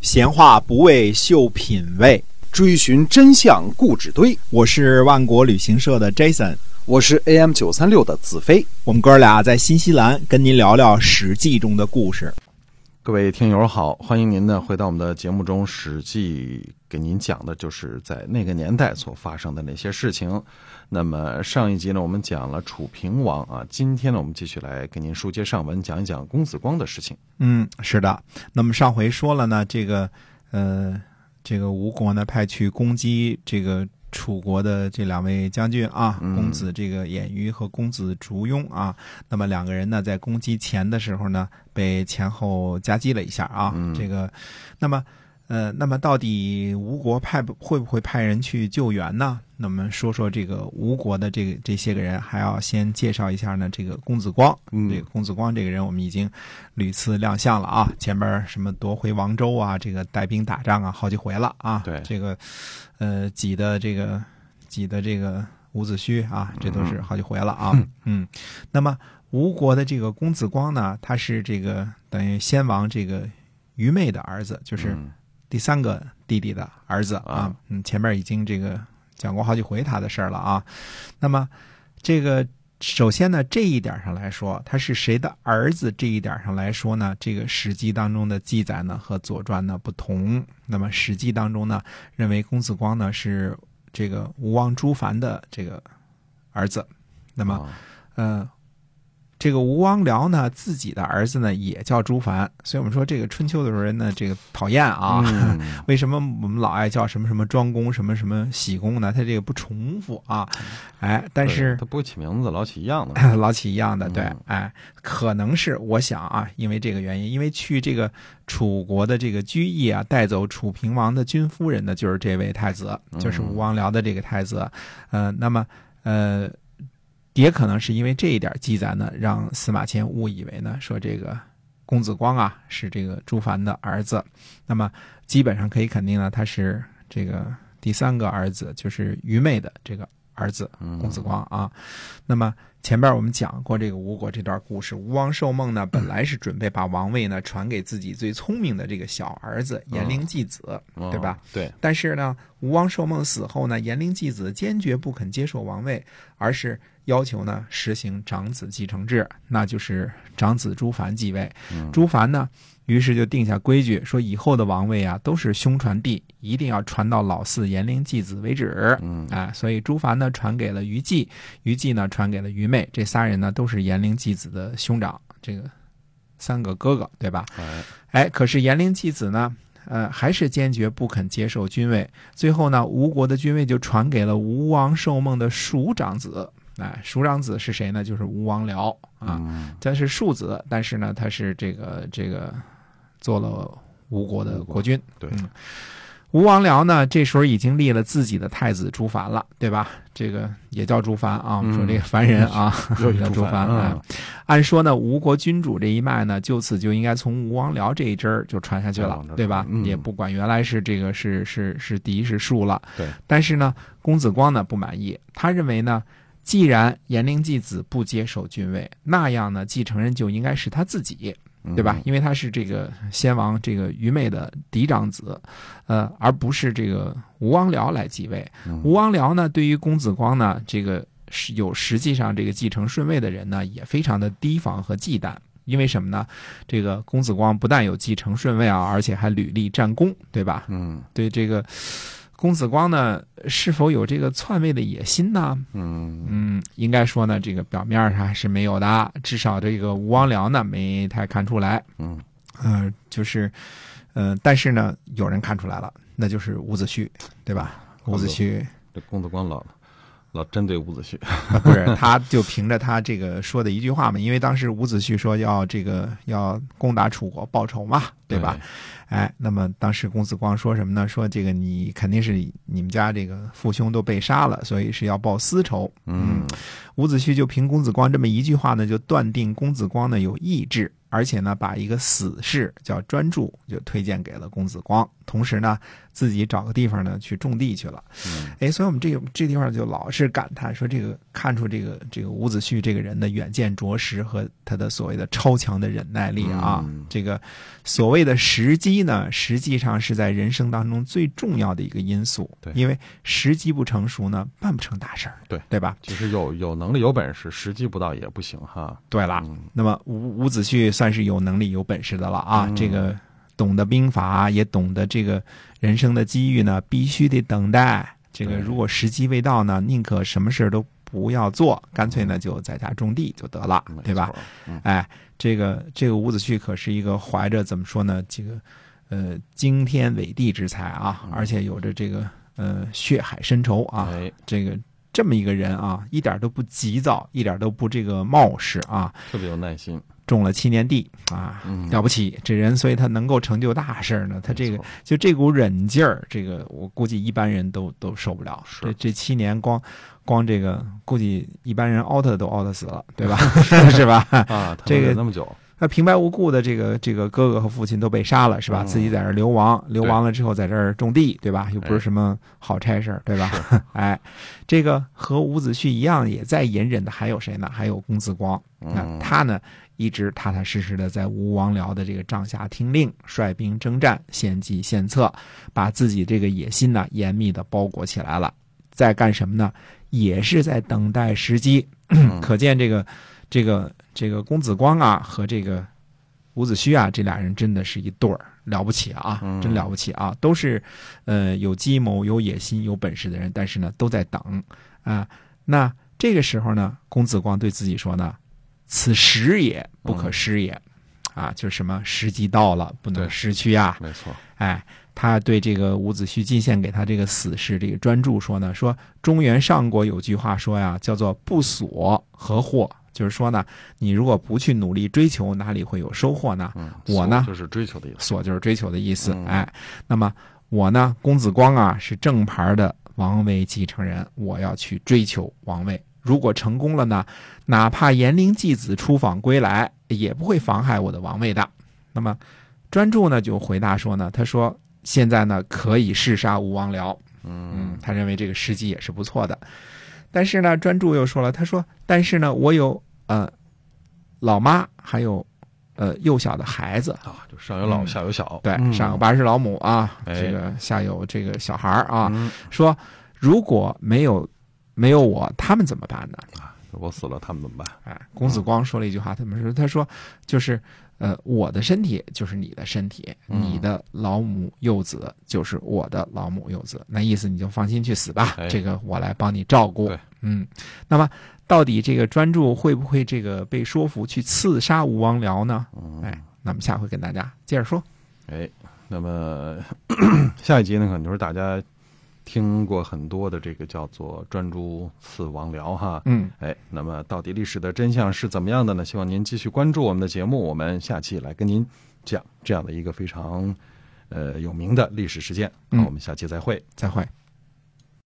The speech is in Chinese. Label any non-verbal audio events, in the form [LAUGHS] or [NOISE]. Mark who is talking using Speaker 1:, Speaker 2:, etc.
Speaker 1: 闲话不为秀品味，
Speaker 2: 追寻真相故纸堆。
Speaker 1: 我是万国旅行社的 Jason，
Speaker 2: 我是 AM 九三六的子飞。
Speaker 1: 我们哥俩在新西兰跟您聊聊《史记》中的故事。
Speaker 2: 各位听友好，欢迎您呢回到我们的节目中，《史记》给您讲的就是在那个年代所发生的那些事情。那么上一集呢，我们讲了楚平王啊，今天呢，我们继续来给您书接上文，讲一讲公子光的事情。
Speaker 1: 嗯，是的。那么上回说了呢，这个呃，这个吴国呢派去攻击这个楚国的这两位将军啊，
Speaker 2: 嗯
Speaker 1: 公子这个偃瑜和公子烛雍啊。那么两个人呢，在攻击前的时候呢，被前后夹击了一下啊。
Speaker 2: 嗯
Speaker 1: 这个，那么。呃，那么到底吴国派不会不会派人去救援呢？那么说说这个吴国的这个这些个人，还要先介绍一下呢。这个公子光，
Speaker 2: 嗯
Speaker 1: 这个公子光这个人，我们已经屡次亮相了啊！前边什么夺回王州啊，这个带兵打仗啊，好几回了啊。
Speaker 2: 对
Speaker 1: 这个呃挤的这个挤的这个伍子胥啊，这都是好几回了啊。嗯那么吴国的这个公子光呢，他是这个等于先王这个愚昧的儿子，就是
Speaker 2: 嗯
Speaker 1: 第三个弟弟的儿子啊
Speaker 2: 啊。
Speaker 1: 嗯，前面已经这个讲过好几回他的事儿了啊。那么这个首先呢，这一点上来说，他是谁的儿子这一点上来说呢，这个《史记》当中的记载呢和《左传呢》不同。那么《史记》当中呢，认为公子光呢是这个吴王朱凡的这个儿子。那么，
Speaker 2: 啊
Speaker 1: 呃，这个吴王僚呢，自己的儿子呢也叫朱凡，所以我们说这个春秋的时候人呢，这个讨厌啊。
Speaker 2: 嗯
Speaker 1: 为什么我们老爱叫什么什么庄公、什么什么喜公呢？他这个不重复啊，哎，但是
Speaker 2: 对他不会起名字，老起一样的。
Speaker 1: [LAUGHS] 老起一样的，对
Speaker 2: 嗯，
Speaker 1: 哎，可能是我想啊，因为这个原因，因为去这个楚国的这个居易啊，带走楚平王的军夫人呢，就是这位太子，就是
Speaker 2: 嗯
Speaker 1: 吴王僚的这个太子，呃，那么呃，也可能是因为这一点记载呢，让司马迁误以为呢，说这个公子光啊是这个朱凡的儿子，那么基本上可以肯定呢，他是这个第三个儿子，就是愚昧的这个儿子，
Speaker 2: 嗯
Speaker 1: 公子光啊。那么前边我们讲过这个吴国这段故事，吴王寿梦呢，本来是准备把王位呢传给自己最聪明的这个小儿子
Speaker 2: 嗯
Speaker 1: 颜陵季子，
Speaker 2: 哦
Speaker 1: 对吧？
Speaker 2: 对，
Speaker 1: 但是呢，吴王寿梦死后呢，颜陵季子坚决不肯接受王位，而是要求呢实行长子继承制，那就是长子朱凡继位。
Speaker 2: 嗯
Speaker 1: 朱凡呢，于是就定下规矩，说以后的王位啊都是兄传弟，一定要传到老四颜陵季子为止。
Speaker 2: 嗯
Speaker 1: 哎，所以朱凡呢传给了于季，于季呢传给了于妹，这仨人呢都是颜陵季子的兄长，这个三个哥哥，对吧？
Speaker 2: 哎，
Speaker 1: 哎，可是颜陵季子呢，呃，还是坚决不肯接受君位。最后呢，吴国的君位就传给了吴王寿梦的庶长子。哎，庶长子是谁呢？就是吴王僚啊， [LAUGHS]
Speaker 2: 嗯
Speaker 1: 他是庶子，但是呢，他是这个这个做了吴国的国君。
Speaker 2: 对
Speaker 1: 嗯吴王僚呢，这时候已经立了自己的太子朱凡了，对吧？这个也叫朱凡啊，我们说这个凡人啊，
Speaker 2: 嗯
Speaker 1: [LAUGHS]
Speaker 2: 又一
Speaker 1: 叫
Speaker 2: 朱
Speaker 1: 朱
Speaker 2: 凡
Speaker 1: 凡
Speaker 2: 啊
Speaker 1: 哎按说呢，吴国君主这一脉呢，就此就应该从吴王僚这一支儿就传下去
Speaker 2: 再
Speaker 1: 了
Speaker 2: 往这，传
Speaker 1: 对吧？
Speaker 2: 嗯
Speaker 1: 也不管原来是这个是是是嫡是庶了。
Speaker 2: 对。
Speaker 1: 但是呢，公子光呢不满意，他认为呢，既然颜陵季子不接受君位，那样呢，继承人就应该是他自己，
Speaker 2: 嗯
Speaker 1: 对吧？？因为他是这个先王这个愚昧的嫡长子，呃，而不是这个吴王僚来继位。
Speaker 2: 嗯
Speaker 1: 吴王僚呢，对于公子光呢，这个是有实际上这个继承顺位的人呢，也非常的提防和忌惮。因为什么呢？这个公子光不但有继承顺位啊，而且还屡立战功，对吧？
Speaker 2: 嗯
Speaker 1: 对这个公子光呢，是否有这个篡位的野心呢？
Speaker 2: 嗯
Speaker 1: 嗯，应该说呢，这个表面上还是没有的，至少这个吴王僚呢没太看出来。
Speaker 2: 嗯
Speaker 1: 呃，就是，呃，但是呢，有人看出来了，那就是伍子胥，对吧？伍子胥
Speaker 2: 这公子光老老针对伍子胥，
Speaker 1: 啊不是，他就凭着他这个说的一句话嘛，因为当时伍子胥说要这个要攻打楚国报仇嘛，对吧？？哎，那么当时公子光说什么呢？说这个你肯定是你们家这个父兄都被杀了，所以是要报私仇。
Speaker 2: 嗯
Speaker 1: 伍子胥就凭公子光这么一句话呢，就断定公子光呢有意志。而且呢，把一个死士叫专注就推荐给了公子光，同时呢，自己找个地方呢去种地去了。
Speaker 2: 嗯
Speaker 1: 哎，所以我们这个这地方就老是感叹说，这个看出这个这个伍子胥这个人的远见卓识和他的所谓的超强的忍耐力啊。
Speaker 2: 嗯
Speaker 1: 这个所谓的时机呢，实际上是在人生当中最重要的一个因素。
Speaker 2: 对
Speaker 1: 因为时机不成熟呢，办不成大事儿。
Speaker 2: 对，
Speaker 1: 对吧？
Speaker 2: 其实有有能力有本事，时机不到也不行哈。
Speaker 1: 对了，
Speaker 2: 嗯
Speaker 1: 那么伍伍子胥算是有能力、有本事的了啊，
Speaker 2: 嗯
Speaker 1: 这个懂得兵法，也懂得这个人生的机遇呢，必须得等待。这个
Speaker 2: 对
Speaker 1: 如果时机未到呢，宁可什么事儿都不要做，干脆呢就在家种地就得了，对吧？？
Speaker 2: 没错
Speaker 1: 哎，这个这个伍子胥可是一个怀着怎么说呢，这个呃惊天伟地之才啊
Speaker 2: 嗯，
Speaker 1: 而且有着这个呃血海深仇
Speaker 2: 嗯
Speaker 1: 啊，
Speaker 2: 哎，
Speaker 1: 这个这么一个人啊，一点都不急躁，一点都不这个冒失啊，
Speaker 2: 特别有耐心。
Speaker 1: 种了七年地啊，
Speaker 2: 嗯，
Speaker 1: 了不起！这人，所以他能够成就大事儿呢。他这个
Speaker 2: 没错
Speaker 1: 就这股忍劲儿，这个我估计一般人都都受不了。
Speaker 2: 是
Speaker 1: 这这七年光光这个，估计一般人 out 都 out 死
Speaker 2: [LAUGHS]
Speaker 1: 了，对吧？ [LAUGHS] 是吧？
Speaker 2: 啊，他
Speaker 1: 这
Speaker 2: 们
Speaker 1: 个
Speaker 2: 忍那么久，
Speaker 1: 那平白无故的，这个这个哥哥和父亲都被杀了，是吧？
Speaker 2: 嗯
Speaker 1: 自己在这儿流亡，流亡了之后在这儿种地，对吧？又
Speaker 2: 哎
Speaker 1: 不是什么好差事儿，对
Speaker 2: [LAUGHS]
Speaker 1: 吧？哎，这个和伍子胥一样，也在隐忍的还有谁呢？还有公子光。 [LAUGHS] 那
Speaker 2: 嗯，
Speaker 1: 他呢，一直踏踏实实的在吴王僚的这个帐下听令，率兵征战，献计献策，把自己这个野心呢严密的包裹起来了。在干什么呢？也是在等待时机。
Speaker 2: 嗯
Speaker 1: 可见这个这个这个公子光啊和这个伍子胥啊这俩人真的是一对儿，了不起啊
Speaker 2: 嗯，
Speaker 1: 真了不起啊，都是呃有计谋、有野心、有本事的人，但是呢都在等啊、那这个时候呢，公子光对自己说呢：“此时也不可失也。啊，就是什么时机到了，不能
Speaker 2: 嗯对
Speaker 1: 失去啊！
Speaker 2: 没错，
Speaker 1: 哎，他对这个伍子胥进献给他这个死士这个专注说呢，说中原上国有句话说呀，叫做不索何获，就是说呢，你如果不去努力追求，哪里会有收获呢？
Speaker 2: 嗯，
Speaker 1: 我呢
Speaker 2: 所就是追求的意思，
Speaker 1: 索就是追求的意思
Speaker 2: 嗯，
Speaker 1: 哎，那么我呢，公子光啊是正牌的王位继承人，我要去追求王位。如果成功了呢，哪怕严陵继子出访归来，也不会妨害我的王位的。那么专注呢就回答说呢，他说现在呢可以弑杀吴王僚，嗯
Speaker 2: 嗯，
Speaker 1: 他认为这个时机也是不错的。但是呢，专注又说了，他说：“但是呢，我有呃老妈，还有呃幼小的孩子，
Speaker 2: 啊，就上有老
Speaker 1: 嗯
Speaker 2: 下有小，
Speaker 1: 对，
Speaker 2: 嗯
Speaker 1: 上有八十老母啊，
Speaker 2: 哎
Speaker 1: 这个下有这个小孩儿啊，
Speaker 2: 嗯
Speaker 1: 说如果没有没有我，他们怎么办呢？
Speaker 2: 我死了，他们怎么办？
Speaker 1: 哎，公
Speaker 2: 嗯
Speaker 1: 子光说了一句话，他们说，他说就是，呃，我的身体就是你的身体，
Speaker 2: 嗯
Speaker 1: 你的老母幼子就是我的老母幼子，那意思你就放心去死吧，
Speaker 2: 哎
Speaker 1: 这个我来帮你照顾
Speaker 2: 对。
Speaker 1: 嗯，那么到底这个专注会不会这个被说服去刺杀吴王僚呢？
Speaker 2: 嗯，
Speaker 1: 哎，那么下回跟大家接着说。
Speaker 2: 哎，那么 [COUGHS] 下一集呢，可能就是大家听过很多的这个叫做“专诸刺王僚”哈。
Speaker 1: 嗯，
Speaker 2: 哎，那么到底历史的真相是怎么样的呢？希望您继续关注我们的节目，我们下期来跟您讲这样的一个非常呃有名的历史事件。
Speaker 1: 嗯
Speaker 2: 好，我们下期再会。
Speaker 1: 再会。